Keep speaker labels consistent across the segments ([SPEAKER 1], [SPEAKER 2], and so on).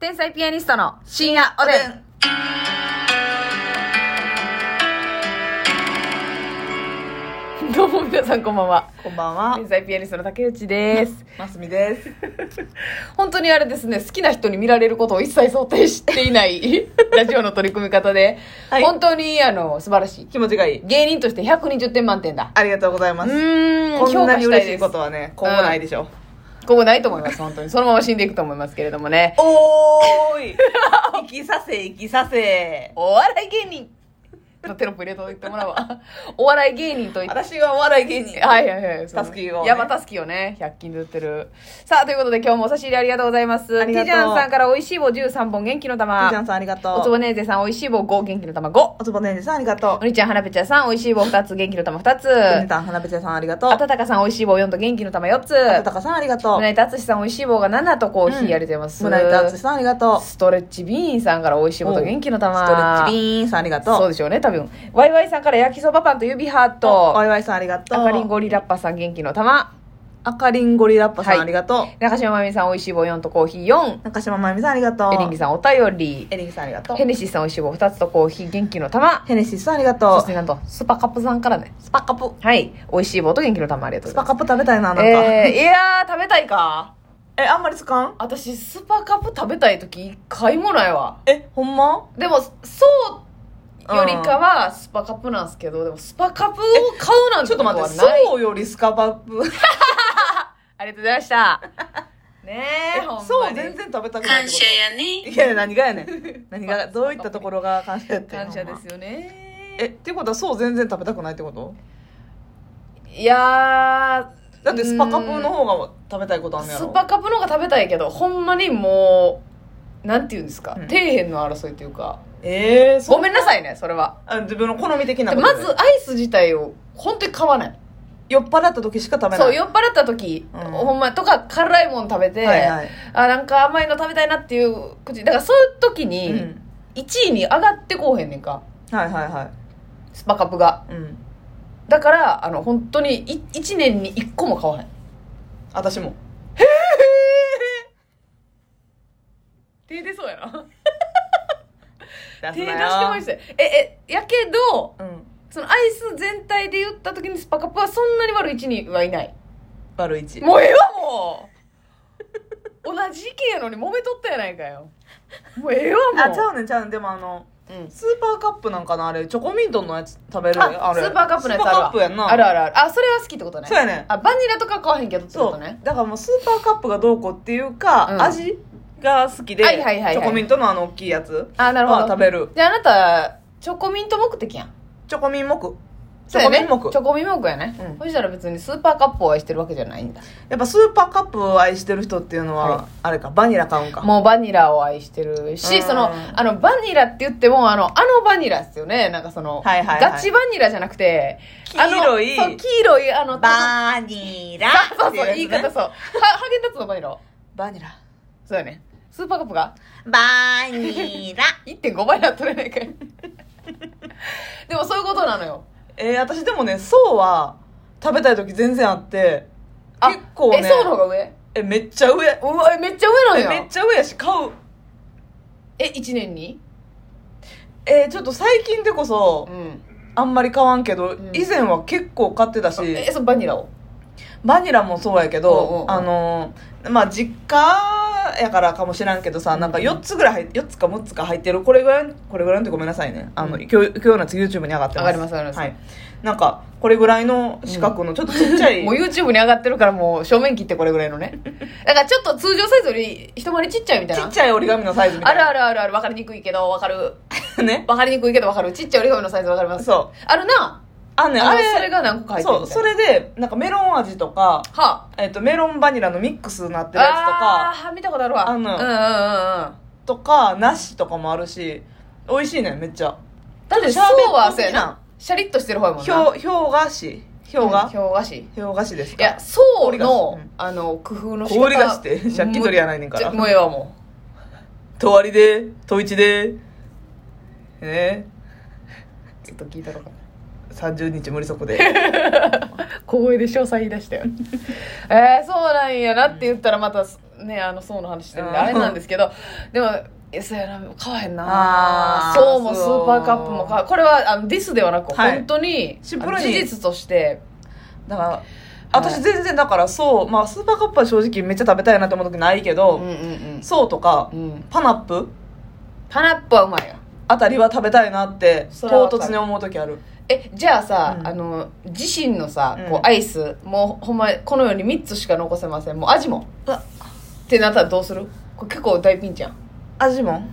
[SPEAKER 1] 天才ピアニストの深夜おでん。どうも皆さんこんばんは。
[SPEAKER 2] こんばんは
[SPEAKER 1] 天。才ピアニストの竹内です。
[SPEAKER 2] ますみです。
[SPEAKER 1] 本当にあれですね、好きな人に見られることを一切想定していない ラジオの取り組み方で、
[SPEAKER 2] はい
[SPEAKER 1] 本当にあの素晴らしい。
[SPEAKER 2] 気持ちがいい。
[SPEAKER 1] 芸人として120点満点だ。
[SPEAKER 2] ありがとうございます。
[SPEAKER 1] ー
[SPEAKER 2] こんなに嬉しい
[SPEAKER 1] 評価たです
[SPEAKER 2] ことはね、今後ないでしょう。
[SPEAKER 1] ここないと思います、本当に。そのまま死んでいくと思いますけれどもね。
[SPEAKER 2] お ーい生きさせ、生きさせ。
[SPEAKER 1] お笑い芸人 のテロップ入れといてもらうわ。お笑い芸人と言って。
[SPEAKER 2] 私はお笑い芸人。
[SPEAKER 1] はいはいはい。
[SPEAKER 2] たすきをね
[SPEAKER 1] 山たすきをね、100均で売ってる。さあ、ということで今日もお差し入れありがとうございます。
[SPEAKER 2] ありがとう
[SPEAKER 1] ティジャンさんから美味しい棒13本元気の
[SPEAKER 2] ピーちゃ
[SPEAKER 1] 玉
[SPEAKER 2] ん。さんありがと
[SPEAKER 1] お
[SPEAKER 2] う。
[SPEAKER 1] つぼねーぜさん美味しい棒5元気の玉5。
[SPEAKER 2] おつぼねんじさんありがとう
[SPEAKER 1] お。兄ちゃん、はなぺちゃんさん美味しい棒2つ元気の玉2つ。
[SPEAKER 2] おねたん、花べちゃんさんありがとう。
[SPEAKER 1] あたたかさん美味しい棒4と元気の玉4つ。
[SPEAKER 2] あたたかさんありがとう。
[SPEAKER 1] 胸板敦さん美味しい棒が7とコーヒ
[SPEAKER 2] う
[SPEAKER 1] ー
[SPEAKER 2] ん
[SPEAKER 1] ありがとうございます。
[SPEAKER 2] 胸板あつしさんありがとう。
[SPEAKER 1] ストレッチビーンさんから美味しいこと元気の玉。
[SPEAKER 2] ストレッチビーンさんありがとう。
[SPEAKER 1] そうでしょうね、多分。ワイワイさんから焼きそばパンと指ハー
[SPEAKER 2] わ
[SPEAKER 1] ト。
[SPEAKER 2] いわいさんありがとう。
[SPEAKER 1] 赤リンゴリラッパさん元気の玉。
[SPEAKER 2] 赤リンゴリラッパさんありがとう。
[SPEAKER 1] 中島まゆみさん美味しい棒4とコーヒー4。
[SPEAKER 2] 中島まゆみさんありがとう。
[SPEAKER 1] エリンギさんお便り。
[SPEAKER 2] エリンギさんありがとう
[SPEAKER 1] ヘ。ネシーさん美味しい棒2つとコーヒー元気の玉。
[SPEAKER 2] ヘネシスさんありが
[SPEAKER 1] そ
[SPEAKER 2] と
[SPEAKER 1] し
[SPEAKER 2] う
[SPEAKER 1] て。なんと、スパカップさんからね。
[SPEAKER 2] スパカプ。
[SPEAKER 1] はい。美味しい棒と元気の玉ありがとう
[SPEAKER 2] ス
[SPEAKER 1] ござ
[SPEAKER 2] パ
[SPEAKER 1] います。
[SPEAKER 2] カプ食べたいな、なんか。
[SPEAKER 1] えー、いやー、食べたいか。
[SPEAKER 2] え、あんまり使かん
[SPEAKER 1] 私、スパカップ食べたい時一回もないわ。
[SPEAKER 2] え、ほんま
[SPEAKER 1] でもそうよりかはスパカップなんですけど、でもスパカップを買うなん
[SPEAKER 2] ち
[SPEAKER 1] て
[SPEAKER 2] ょ
[SPEAKER 1] こ
[SPEAKER 2] っ
[SPEAKER 1] と
[SPEAKER 2] と
[SPEAKER 1] は
[SPEAKER 2] 待
[SPEAKER 1] ない
[SPEAKER 2] って、そうよりスカパブ。
[SPEAKER 1] ありがとうございました ねえほんまに
[SPEAKER 2] そう全然食べたくないってこと。
[SPEAKER 1] やね
[SPEAKER 2] いやいや、何がやねん。何が、どういったところが感謝やってんの
[SPEAKER 1] 感謝です。よね
[SPEAKER 2] え、っていうことはそう全然食べたくないってこと
[SPEAKER 1] いやー
[SPEAKER 2] だってスパカプの方が食べたいことあんのや
[SPEAKER 1] ス
[SPEAKER 2] ろ。
[SPEAKER 1] パカップの方が食べたいけどほんまにもうなんて言うんですか、
[SPEAKER 2] うん
[SPEAKER 1] 底辺の争いというか
[SPEAKER 2] ええそう
[SPEAKER 1] ごめんなさいねそれは
[SPEAKER 2] あ自分の好み的な
[SPEAKER 1] で
[SPEAKER 2] こと
[SPEAKER 1] ま
[SPEAKER 2] で
[SPEAKER 1] ず、アイス自体を本当に買わない
[SPEAKER 2] 酔っ払った時しか食べない。
[SPEAKER 1] そう酔っ払った時、
[SPEAKER 2] うん
[SPEAKER 1] ほんまとか辛いもの食べて、
[SPEAKER 2] はいはい。
[SPEAKER 1] あなんか甘いの食べたいなっていう口だからそういう時
[SPEAKER 2] う
[SPEAKER 1] に
[SPEAKER 2] ん。
[SPEAKER 1] 1位に上がってこうへんねんか
[SPEAKER 2] はいはいは
[SPEAKER 1] スパカップが
[SPEAKER 2] い。うん。
[SPEAKER 1] だからあの本当に1年に1個も買わへん
[SPEAKER 2] 私も。
[SPEAKER 1] 手出そうやな
[SPEAKER 2] 手
[SPEAKER 1] 手出してもいいっすよええやけど
[SPEAKER 2] うん。
[SPEAKER 1] そのアイス全体で言った時にスパカップはそんなに悪い位置にはいない
[SPEAKER 2] 悪いち。
[SPEAKER 1] もうええわもう同じ意見やのに揉めとったやないかよもうええわもう
[SPEAKER 2] あ、ちゃうねんちゃうねん。でもあの、
[SPEAKER 1] うん
[SPEAKER 2] スーパーカップなんかなあれ、チョコミントンのやつ食べる
[SPEAKER 1] あ
[SPEAKER 2] れ
[SPEAKER 1] スーパーカップのやつある
[SPEAKER 2] スーパー
[SPEAKER 1] わ
[SPEAKER 2] カップやんな。
[SPEAKER 1] あるあるあるあそれは好きってことね
[SPEAKER 2] そうやねん。
[SPEAKER 1] あバニラとか買わへんけどってこと
[SPEAKER 2] そう。
[SPEAKER 1] ね
[SPEAKER 2] だからもうスーパーカップがどうこうっていうか、
[SPEAKER 1] うん
[SPEAKER 2] 味が好きで、
[SPEAKER 1] はいはいはいはい
[SPEAKER 2] チョコミントのあの大きいやつ
[SPEAKER 1] あなるほ
[SPEAKER 2] は
[SPEAKER 1] ど
[SPEAKER 2] 食べる。
[SPEAKER 1] じゃああなたチョコミント目的やん
[SPEAKER 2] チョコミンモク。チ
[SPEAKER 1] そうや
[SPEAKER 2] ョコミ
[SPEAKER 1] ね
[SPEAKER 2] ンモク
[SPEAKER 1] チ。ョコミン目やね、
[SPEAKER 2] うん
[SPEAKER 1] そしたら別にスーパーカップを愛してるわけじゃないんだ
[SPEAKER 2] やっぱスーパーカップを愛してる人っていうのは、
[SPEAKER 1] はい
[SPEAKER 2] あれか、バニラ買うんか。
[SPEAKER 1] もうバニラを愛してるし、
[SPEAKER 2] うん
[SPEAKER 1] そのあのバニラって言ってもあのあのバニラっすよねなんかその、
[SPEAKER 2] はいはいはい
[SPEAKER 1] ガチバニラじゃなくてあの
[SPEAKER 2] 黄色い
[SPEAKER 1] そう黄色いあの
[SPEAKER 2] バニラ
[SPEAKER 1] あそう
[SPEAKER 2] って
[SPEAKER 1] そう
[SPEAKER 2] やつね
[SPEAKER 1] 言い方そうはハーゲンダッツのバニラ
[SPEAKER 2] バニラ。
[SPEAKER 1] そうよねスーパーカップが
[SPEAKER 2] バニラ。
[SPEAKER 1] 1.5倍になっとるやないかい でもそういうことなのよ
[SPEAKER 2] えー、私でもね、そうは食べたい時全然あって、
[SPEAKER 1] あ
[SPEAKER 2] 結構ね
[SPEAKER 1] えそうの方が上
[SPEAKER 2] え、めっちゃ上。え
[SPEAKER 1] うわえめっちゃ上なの
[SPEAKER 2] め
[SPEAKER 1] よ
[SPEAKER 2] っちゃ上やし、買う。
[SPEAKER 1] え一1年に
[SPEAKER 2] えー、ちょっと最近でこそ、
[SPEAKER 1] ん
[SPEAKER 2] あんまり買わんけど、
[SPEAKER 1] ん
[SPEAKER 2] 以前は結構買ってたし、
[SPEAKER 1] えそのバニラを
[SPEAKER 2] バニラもそうやけ
[SPEAKER 1] うんうんう
[SPEAKER 2] ど、
[SPEAKER 1] ん
[SPEAKER 2] あのー、まあ、実家やからかもしらんけどさ、なんか4つぐらい入っ、4つか6つか入ってる、これぐらい、これぐらいのってごめんなさいね。あの、
[SPEAKER 1] うん
[SPEAKER 2] 今日、今日のやつ YouTube に上がってます。
[SPEAKER 1] 上がります上がります
[SPEAKER 2] はい。なんか、これぐらいの四角の、ちょっとちっちゃ い。
[SPEAKER 1] もう YouTube に上がってるからもう正面切ってこれぐらいのねだからちょっと通常サイズより一回りちっちゃいみたい
[SPEAKER 2] ち
[SPEAKER 1] な
[SPEAKER 2] っちゃい折り紙のサイズみた
[SPEAKER 1] あ
[SPEAKER 2] い
[SPEAKER 1] る
[SPEAKER 2] な。
[SPEAKER 1] あるあるある分かりにくいけど分かる
[SPEAKER 2] る。 ね。
[SPEAKER 1] 分かりにくいけど分かるちっちゃい折り紙のサイズ分かります
[SPEAKER 2] そう。
[SPEAKER 1] あるな
[SPEAKER 2] あのね、
[SPEAKER 1] あ
[SPEAKER 2] あ
[SPEAKER 1] れ
[SPEAKER 2] れ、
[SPEAKER 1] それが何個書いてる
[SPEAKER 2] そ
[SPEAKER 1] み
[SPEAKER 2] う、
[SPEAKER 1] たい
[SPEAKER 2] そ
[SPEAKER 1] な
[SPEAKER 2] れで、なんかメロン味とか、
[SPEAKER 1] は
[SPEAKER 2] えっ、と、メロンバニラのミックスになって
[SPEAKER 1] あ
[SPEAKER 2] るやつと
[SPEAKER 1] あ
[SPEAKER 2] か、
[SPEAKER 1] ー見たことあるわ
[SPEAKER 2] あんのよ
[SPEAKER 1] うんうんうんうん
[SPEAKER 2] とか、梨とかもあるし、美味しいねん、めっちゃ。
[SPEAKER 1] だって
[SPEAKER 2] ち
[SPEAKER 1] そ
[SPEAKER 2] ょっとシャーベット
[SPEAKER 1] うはそうや
[SPEAKER 2] 的な
[SPEAKER 1] なシャリッとしてる方やもん
[SPEAKER 2] ひ
[SPEAKER 1] な
[SPEAKER 2] ょう、ひょうがし、ひょうが、
[SPEAKER 1] ん氷菓子い
[SPEAKER 2] ひょうがしですか
[SPEAKER 1] やそうの
[SPEAKER 2] 氷菓子うん
[SPEAKER 1] あの工夫の仕方
[SPEAKER 2] 氷菓子って、借金取りやないねんか
[SPEAKER 1] もう
[SPEAKER 2] ら。
[SPEAKER 1] もうええわも
[SPEAKER 2] とわりで、といちで、え
[SPEAKER 1] うちょっと聞いたろかな
[SPEAKER 2] ー、30日無利 息で。
[SPEAKER 1] 光栄で詳細言い出したよえー、そうなんやなって言ったらまたねあの層の話してるんで
[SPEAKER 2] うん
[SPEAKER 1] あれなんですけどでもえそうやな買わへんな
[SPEAKER 2] あー
[SPEAKER 1] そうもス
[SPEAKER 2] そう
[SPEAKER 1] ーパーカップも買わこれはあのディスではなく、
[SPEAKER 2] はい
[SPEAKER 1] 本当に
[SPEAKER 2] シンプルに
[SPEAKER 1] あの事実として
[SPEAKER 2] だから私全然だからそうまあスーパーカップは正直めっちゃ食べたいなって思う時ないけ
[SPEAKER 1] うん
[SPEAKER 2] ど、
[SPEAKER 1] うん
[SPEAKER 2] そうとか
[SPEAKER 1] うん、うん、
[SPEAKER 2] パナップ
[SPEAKER 1] パナップはうまいよ
[SPEAKER 2] あたりは食べたいなって
[SPEAKER 1] それは
[SPEAKER 2] 唐
[SPEAKER 1] わかる
[SPEAKER 2] 突に思う時ある
[SPEAKER 1] えじゃあさ、
[SPEAKER 2] うん
[SPEAKER 1] あの自身のさ
[SPEAKER 2] うん
[SPEAKER 1] こうアイス、もうほんまこのように3つしか残せませんもう味も
[SPEAKER 2] うわ
[SPEAKER 1] ってなったらどうするこれ結構大ピンチやん
[SPEAKER 2] 味もん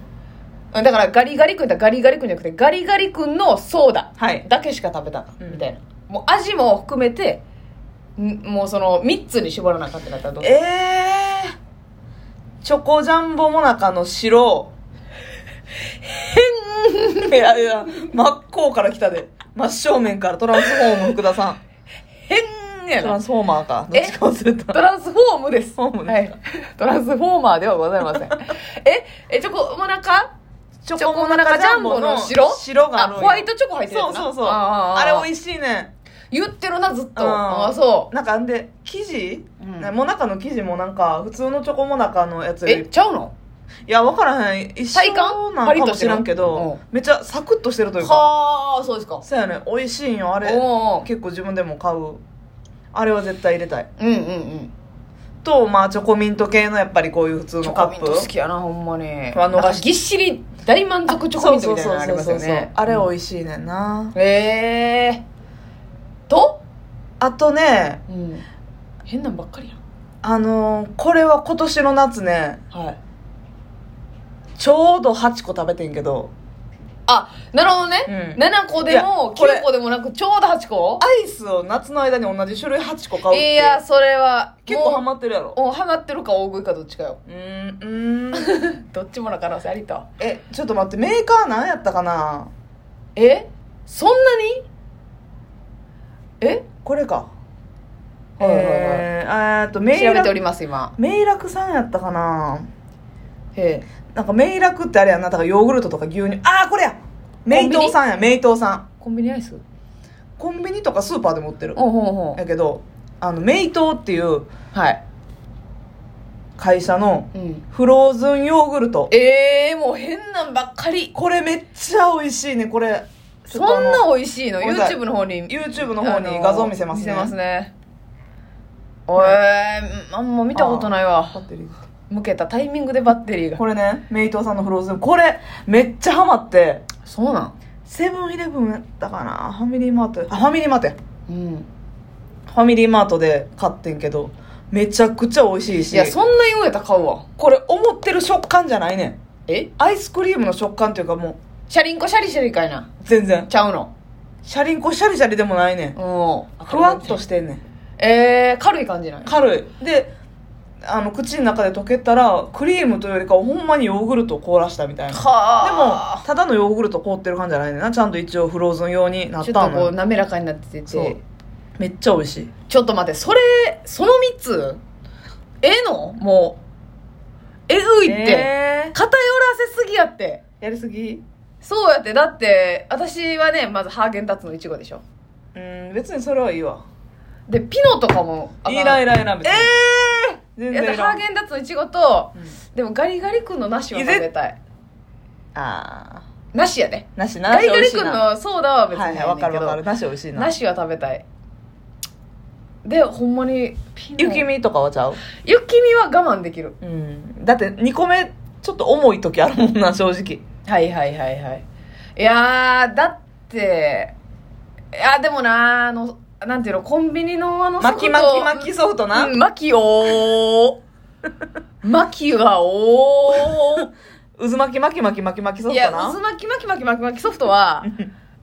[SPEAKER 1] うんだからガリガリ君だガリガリ君じゃなくてガリガリ君のソーダ
[SPEAKER 2] はい
[SPEAKER 1] だけしか食べたか、
[SPEAKER 2] うん
[SPEAKER 1] みたいなもう味も含めてんもうその3つに絞らなあかんってなったらどうする
[SPEAKER 2] ええー、チョコジャンボモナカの白 変いやいや真っ向から来たで真正面からトランスフォーム福田さん
[SPEAKER 1] 変や
[SPEAKER 2] トラ
[SPEAKER 1] な
[SPEAKER 2] ンスフォーマーかど
[SPEAKER 1] え
[SPEAKER 2] っちかをすると
[SPEAKER 1] トランスフォームです
[SPEAKER 2] フォーム
[SPEAKER 1] は
[SPEAKER 2] ですか
[SPEAKER 1] い、トランスフォーマーではございません ええチョコモナカ
[SPEAKER 2] チ
[SPEAKER 1] ョコモナカジャンボの白
[SPEAKER 2] 白があるんよ
[SPEAKER 1] あホワイトチョコ入ってるや
[SPEAKER 2] そ
[SPEAKER 1] つ
[SPEAKER 2] う
[SPEAKER 1] な
[SPEAKER 2] そうそう
[SPEAKER 1] ああああ
[SPEAKER 2] あれ美味しいね
[SPEAKER 1] 言ってるなずっと、
[SPEAKER 2] うん
[SPEAKER 1] ああそう
[SPEAKER 2] なんかあんで生地、
[SPEAKER 1] うん
[SPEAKER 2] ねモナカの生地もなんか普通のチョコモナカのやつより
[SPEAKER 1] えちゃうの
[SPEAKER 2] いや分からへん一緒
[SPEAKER 1] 体感
[SPEAKER 2] な
[SPEAKER 1] パ
[SPEAKER 2] ん
[SPEAKER 1] リッ
[SPEAKER 2] か
[SPEAKER 1] と
[SPEAKER 2] も
[SPEAKER 1] し
[SPEAKER 2] して
[SPEAKER 1] る
[SPEAKER 2] らんけど、
[SPEAKER 1] う
[SPEAKER 2] めっちゃサクッとしてるというか
[SPEAKER 1] はあそうですか
[SPEAKER 2] そうやね美味しいんよあれ
[SPEAKER 1] おー
[SPEAKER 2] 結構自分でも買うあれは絶対入れたい
[SPEAKER 1] うんうんうん
[SPEAKER 2] とまあチョコミント系のやっぱりこういう普通
[SPEAKER 1] チ
[SPEAKER 2] の
[SPEAKER 1] ョ
[SPEAKER 2] カ
[SPEAKER 1] コミ
[SPEAKER 2] ッ
[SPEAKER 1] ン
[SPEAKER 2] プ
[SPEAKER 1] ト好きやなほんまに
[SPEAKER 2] あの
[SPEAKER 1] なんかぎっしり大満足チョコミントみたいなのありますよ
[SPEAKER 2] そうそうそうそう
[SPEAKER 1] ね
[SPEAKER 2] あれ美味しいねんな、
[SPEAKER 1] へえと、
[SPEAKER 2] あとね
[SPEAKER 1] うん、変なんばっかりやん
[SPEAKER 2] あのーこれは今年の夏ね
[SPEAKER 1] はい
[SPEAKER 2] ちょうど8個食べてんけど
[SPEAKER 1] あなるほどね、
[SPEAKER 2] うん
[SPEAKER 1] 7個でも
[SPEAKER 2] いやこれ
[SPEAKER 1] 9個でもなくちょうど8個
[SPEAKER 2] アイスを夏の間に同じ種類8個買うっ
[SPEAKER 1] い
[SPEAKER 2] て
[SPEAKER 1] やそれは
[SPEAKER 2] 結構ハ
[SPEAKER 1] も
[SPEAKER 2] マってるやろ
[SPEAKER 1] うもうハマってるか大食いかどっちかよ
[SPEAKER 2] うーんうーん
[SPEAKER 1] どっちもの可能性ありと
[SPEAKER 2] えちょっと待ってメーカー何やったかな
[SPEAKER 1] えそんなにえ
[SPEAKER 2] これか
[SPEAKER 1] はいはいはい
[SPEAKER 2] えーえーっとメイ
[SPEAKER 1] 調べ
[SPEAKER 2] ラ
[SPEAKER 1] てお
[SPEAKER 2] ク
[SPEAKER 1] ります今
[SPEAKER 2] メイラクさんやったかな
[SPEAKER 1] へえ
[SPEAKER 2] なんかメイラクってあれやんなだからヨーグルトとか牛乳ああこれやメイトーさんやメイトーさん
[SPEAKER 1] コンビニアイス
[SPEAKER 2] コンビニとかスーパーでも売ってる
[SPEAKER 1] おうほうほ
[SPEAKER 2] やけどあのメイトーっていう
[SPEAKER 1] うはい、
[SPEAKER 2] 会社の
[SPEAKER 1] うん、
[SPEAKER 2] フローズンヨーグルト
[SPEAKER 1] ええもう変なんばっかり
[SPEAKER 2] これめっちゃ美味しいねこれち
[SPEAKER 1] そ
[SPEAKER 2] ょっとあ
[SPEAKER 1] ん
[SPEAKER 2] の
[SPEAKER 1] な美味しいの
[SPEAKER 2] ごめんなさい
[SPEAKER 1] YouTube の方に
[SPEAKER 2] YouTube の方に画像見せますね
[SPEAKER 1] あの見せますねええあんま見たことないわ向けたタイミングでバッテリーが
[SPEAKER 2] これねメイトーさんのフローズンこれめっちゃハマって
[SPEAKER 1] そうなん
[SPEAKER 2] セブンイレブンやったかなファミリーマートあファミリーマートや
[SPEAKER 1] うん
[SPEAKER 2] ファミリーマートで買ってんけどめちゃくちゃ美味しいし
[SPEAKER 1] いやそんな言うんやったら買うわ
[SPEAKER 2] これ思ってる食感じゃないねん
[SPEAKER 1] え
[SPEAKER 2] アイスクリームの食感っていうかも
[SPEAKER 1] シャリンコシャリシャリかいな
[SPEAKER 2] う全然
[SPEAKER 1] ちゃうの
[SPEAKER 2] シャリンコシャリシャリでもないねん
[SPEAKER 1] うん
[SPEAKER 2] ふわっとしてんねん
[SPEAKER 1] ええ軽い感じなんや
[SPEAKER 2] 軽いであの口の中で溶けたらクリームというよりかはほんまにヨーグルトを凍らしたみたいなで
[SPEAKER 1] は
[SPEAKER 2] もただのヨーグルト凍ってる感じじゃないねんなちゃんと一応フローズン用になっ
[SPEAKER 1] ちょ
[SPEAKER 2] た
[SPEAKER 1] っとこう
[SPEAKER 2] の
[SPEAKER 1] 滑らかになって
[SPEAKER 2] そう
[SPEAKER 1] て
[SPEAKER 2] めっちゃ美味しい
[SPEAKER 1] ちょっと待ってそれその3つええのもうえぐいって、
[SPEAKER 2] え
[SPEAKER 1] 偏らせすぎやって
[SPEAKER 2] ーやりすぎ
[SPEAKER 1] そうやってだって私はねまずハーゲンダッツのいちごでしょ
[SPEAKER 2] うん別にそれはいいわ
[SPEAKER 1] でピノとかもあ
[SPEAKER 2] い
[SPEAKER 1] かん
[SPEAKER 2] いらいらいら別
[SPEAKER 1] え
[SPEAKER 2] に
[SPEAKER 1] え
[SPEAKER 2] 全
[SPEAKER 1] ー、
[SPEAKER 2] 然
[SPEAKER 1] や
[SPEAKER 2] い
[SPEAKER 1] ハ
[SPEAKER 2] ら
[SPEAKER 1] ー
[SPEAKER 2] ん
[SPEAKER 1] ゲンダッツのいちごと
[SPEAKER 2] うん
[SPEAKER 1] でもガリガリ君のナシは食べたい
[SPEAKER 2] あ
[SPEAKER 1] ナシやで
[SPEAKER 2] ーなしな
[SPEAKER 1] ガ
[SPEAKER 2] し
[SPEAKER 1] リガ
[SPEAKER 2] 美
[SPEAKER 1] リ
[SPEAKER 2] 味しい
[SPEAKER 1] 君
[SPEAKER 2] なは
[SPEAKER 1] のソーダは別
[SPEAKER 2] い
[SPEAKER 1] にな
[SPEAKER 2] はいい
[SPEAKER 1] ねんけど、
[SPEAKER 2] わかるわかるなし美味しいな
[SPEAKER 1] ナシは食べたいでほんまにピノ
[SPEAKER 2] 雪見とかはちゃう
[SPEAKER 1] 雪見は我慢できる
[SPEAKER 2] うんだって2個目ちょっと重い時あるもんな正直
[SPEAKER 1] はいはいはいはいいやーだっていやでもなあのなんていうのコンビニのあの
[SPEAKER 2] 巻き
[SPEAKER 1] ソフ
[SPEAKER 2] 巻
[SPEAKER 1] ト
[SPEAKER 2] き巻きソフトな、
[SPEAKER 1] うん巻き おー巻きはおー
[SPEAKER 2] 渦巻き巻き巻き巻き巻きソ
[SPEAKER 1] い
[SPEAKER 2] フ
[SPEAKER 1] や
[SPEAKER 2] ト
[SPEAKER 1] 渦
[SPEAKER 2] な
[SPEAKER 1] 巻き巻き巻き巻き巻きソフト は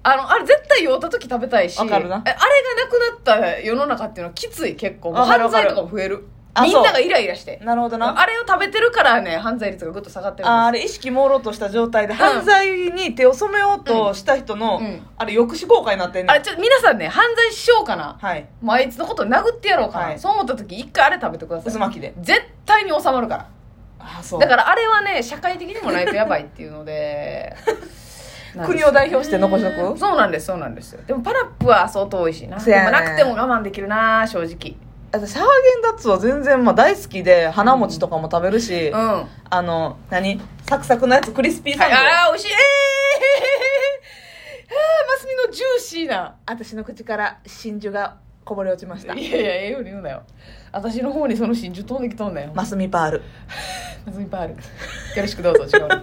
[SPEAKER 1] あのあれ絶対酔った時食べたいし
[SPEAKER 2] わかるな
[SPEAKER 1] えあれがなくなった世の中っていうのはきつい結構もう
[SPEAKER 2] わかる
[SPEAKER 1] 犯
[SPEAKER 2] わか
[SPEAKER 1] 罪
[SPEAKER 2] る
[SPEAKER 1] とかも増える
[SPEAKER 2] あ
[SPEAKER 1] みん
[SPEAKER 2] そう
[SPEAKER 1] ながイライラして
[SPEAKER 2] なるほどなあ
[SPEAKER 1] あれを食べてるからね犯罪率がぐっと下がってるんです
[SPEAKER 2] あれ意識朦朧とした状態で犯罪に手を染めようとした人の、
[SPEAKER 1] うん
[SPEAKER 2] あれ抑止効果になってんねん
[SPEAKER 1] あれちょっと皆さんね犯罪しようかな
[SPEAKER 2] はい
[SPEAKER 1] もうあいつのこと殴ってやろうかな、
[SPEAKER 2] はい
[SPEAKER 1] そう思った時一回あれ食べてください
[SPEAKER 2] 渦巻きで
[SPEAKER 1] 絶対に収まるから
[SPEAKER 2] あそう
[SPEAKER 1] だからあれはね社会的にもないとやばいっていうの でなんですよね
[SPEAKER 2] 国を代表して残しとく
[SPEAKER 1] そうなんですそうなんですよでもパラップは相当美味しいな
[SPEAKER 2] そう
[SPEAKER 1] で
[SPEAKER 2] やね
[SPEAKER 1] もなくても我慢できるな正直
[SPEAKER 2] 私ハーゲンダッツは全然まあ大好きで花餅とかも食べるし、
[SPEAKER 1] うんはい
[SPEAKER 2] あの何サクサクのやつクリスピーサンド、
[SPEAKER 1] あー美味しいえー、えー、マスミのジューシーな
[SPEAKER 2] 私の口から真珠がこぼれ落ちました
[SPEAKER 1] いやいやええように言うなよ私の方にその真珠飛んできとんだよ
[SPEAKER 2] マスミパール
[SPEAKER 1] マスミパールよろしくどうぞ違うの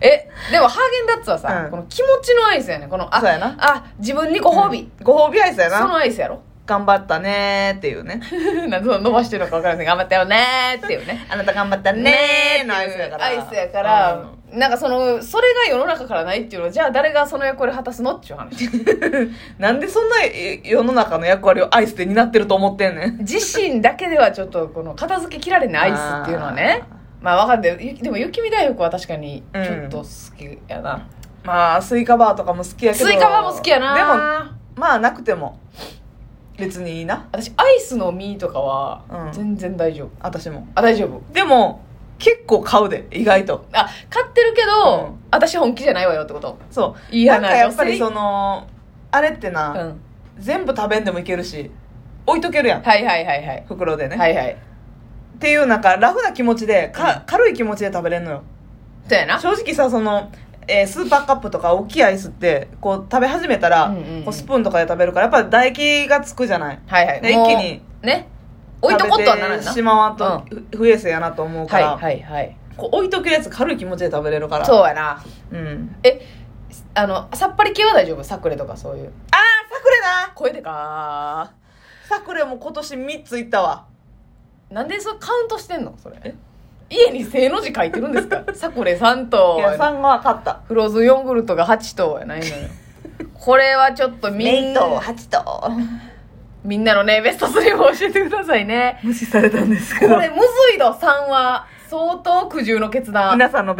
[SPEAKER 1] えでもハーゲンダッツはさ、
[SPEAKER 2] うん
[SPEAKER 1] この気持ちのアイスやねこのあ
[SPEAKER 2] そうやな
[SPEAKER 1] あ自分にご褒美、
[SPEAKER 2] ご褒美アイスや
[SPEAKER 1] そ
[SPEAKER 2] な
[SPEAKER 1] のアイスやろ
[SPEAKER 2] 頑張ったねーっ ていうね
[SPEAKER 1] なんでそんな伸ばしてるのか分からんけど頑張ったよねーっていうね
[SPEAKER 2] あなた頑張ったねーのアイスやから
[SPEAKER 1] アイスやからなんかそのそれが世の中からないっていうのはじゃあ誰がその役割を果たすのっていう話
[SPEAKER 2] うんなんでそんなえ世の中の役割をアイスで担ってると思ってんねん
[SPEAKER 1] 自身だけではちょっとこの片付けきられないアイスっていうのはねまあわかんないゆでも雪見大福は確かにちょっと好きやな、
[SPEAKER 2] まあスイカバーとかも好きやけど
[SPEAKER 1] スイカバーも好きやな
[SPEAKER 2] でも
[SPEAKER 1] でも
[SPEAKER 2] まあなくても別にいいな
[SPEAKER 1] 私アイスの実とか
[SPEAKER 2] う
[SPEAKER 1] は
[SPEAKER 2] ん
[SPEAKER 1] 全然大丈夫、
[SPEAKER 2] 私も
[SPEAKER 1] あ大丈夫
[SPEAKER 2] でも結構買うで意外と
[SPEAKER 1] あ買ってるけど、
[SPEAKER 2] うん
[SPEAKER 1] 私本気じゃないわよってこと
[SPEAKER 2] そ
[SPEAKER 1] いうや
[SPEAKER 2] なん
[SPEAKER 1] な
[SPEAKER 2] かやっぱり
[SPEAKER 1] 女
[SPEAKER 2] そ
[SPEAKER 1] 性
[SPEAKER 2] のあれって
[SPEAKER 1] う
[SPEAKER 2] な、
[SPEAKER 1] ん、
[SPEAKER 2] 全部食べんでもいけるし置いとけるやん
[SPEAKER 1] はいはいはいはい、
[SPEAKER 2] 袋でね、
[SPEAKER 1] はいはい
[SPEAKER 2] っていうなんかラフな気持ちでか軽い気持ちで食べれんのよ
[SPEAKER 1] そうやな
[SPEAKER 2] 正直さその、えースーパーカップとか大きいアイスってこう食べ始めたら、
[SPEAKER 1] うんうんうん
[SPEAKER 2] こうスプーンとかで食べるからやっぱ唾液がつくじゃない
[SPEAKER 1] はいはい
[SPEAKER 2] で
[SPEAKER 1] もう
[SPEAKER 2] 一気に
[SPEAKER 1] ね置いとこっとはならん
[SPEAKER 2] 食べ
[SPEAKER 1] な
[SPEAKER 2] てしまわんとふ不衛生やなと思うか
[SPEAKER 1] はい
[SPEAKER 2] ら、
[SPEAKER 1] はいはい
[SPEAKER 2] こう置いとけるやつ軽い気持ちで食べれるから
[SPEAKER 1] そうやな
[SPEAKER 2] う、ん、
[SPEAKER 1] あのさっぱり系は大丈夫サクレとかそういう
[SPEAKER 2] ああサクレな
[SPEAKER 1] 声でか
[SPEAKER 2] サクレも今年3ついったわ
[SPEAKER 1] ーなんでそれカウントしてんのそれ家に正の字書いてるんです かサクレ3と
[SPEAKER 2] いや3が分かった
[SPEAKER 1] フローズンヨーグルトが8とやないのよこれはちょっとみんな
[SPEAKER 2] 8と
[SPEAKER 1] みんなのねベスト3を教えてくださいね
[SPEAKER 2] 無視されたんですけ
[SPEAKER 1] こ
[SPEAKER 2] ど
[SPEAKER 1] れむずいの3は相当苦渋の決断
[SPEAKER 2] 皆さんの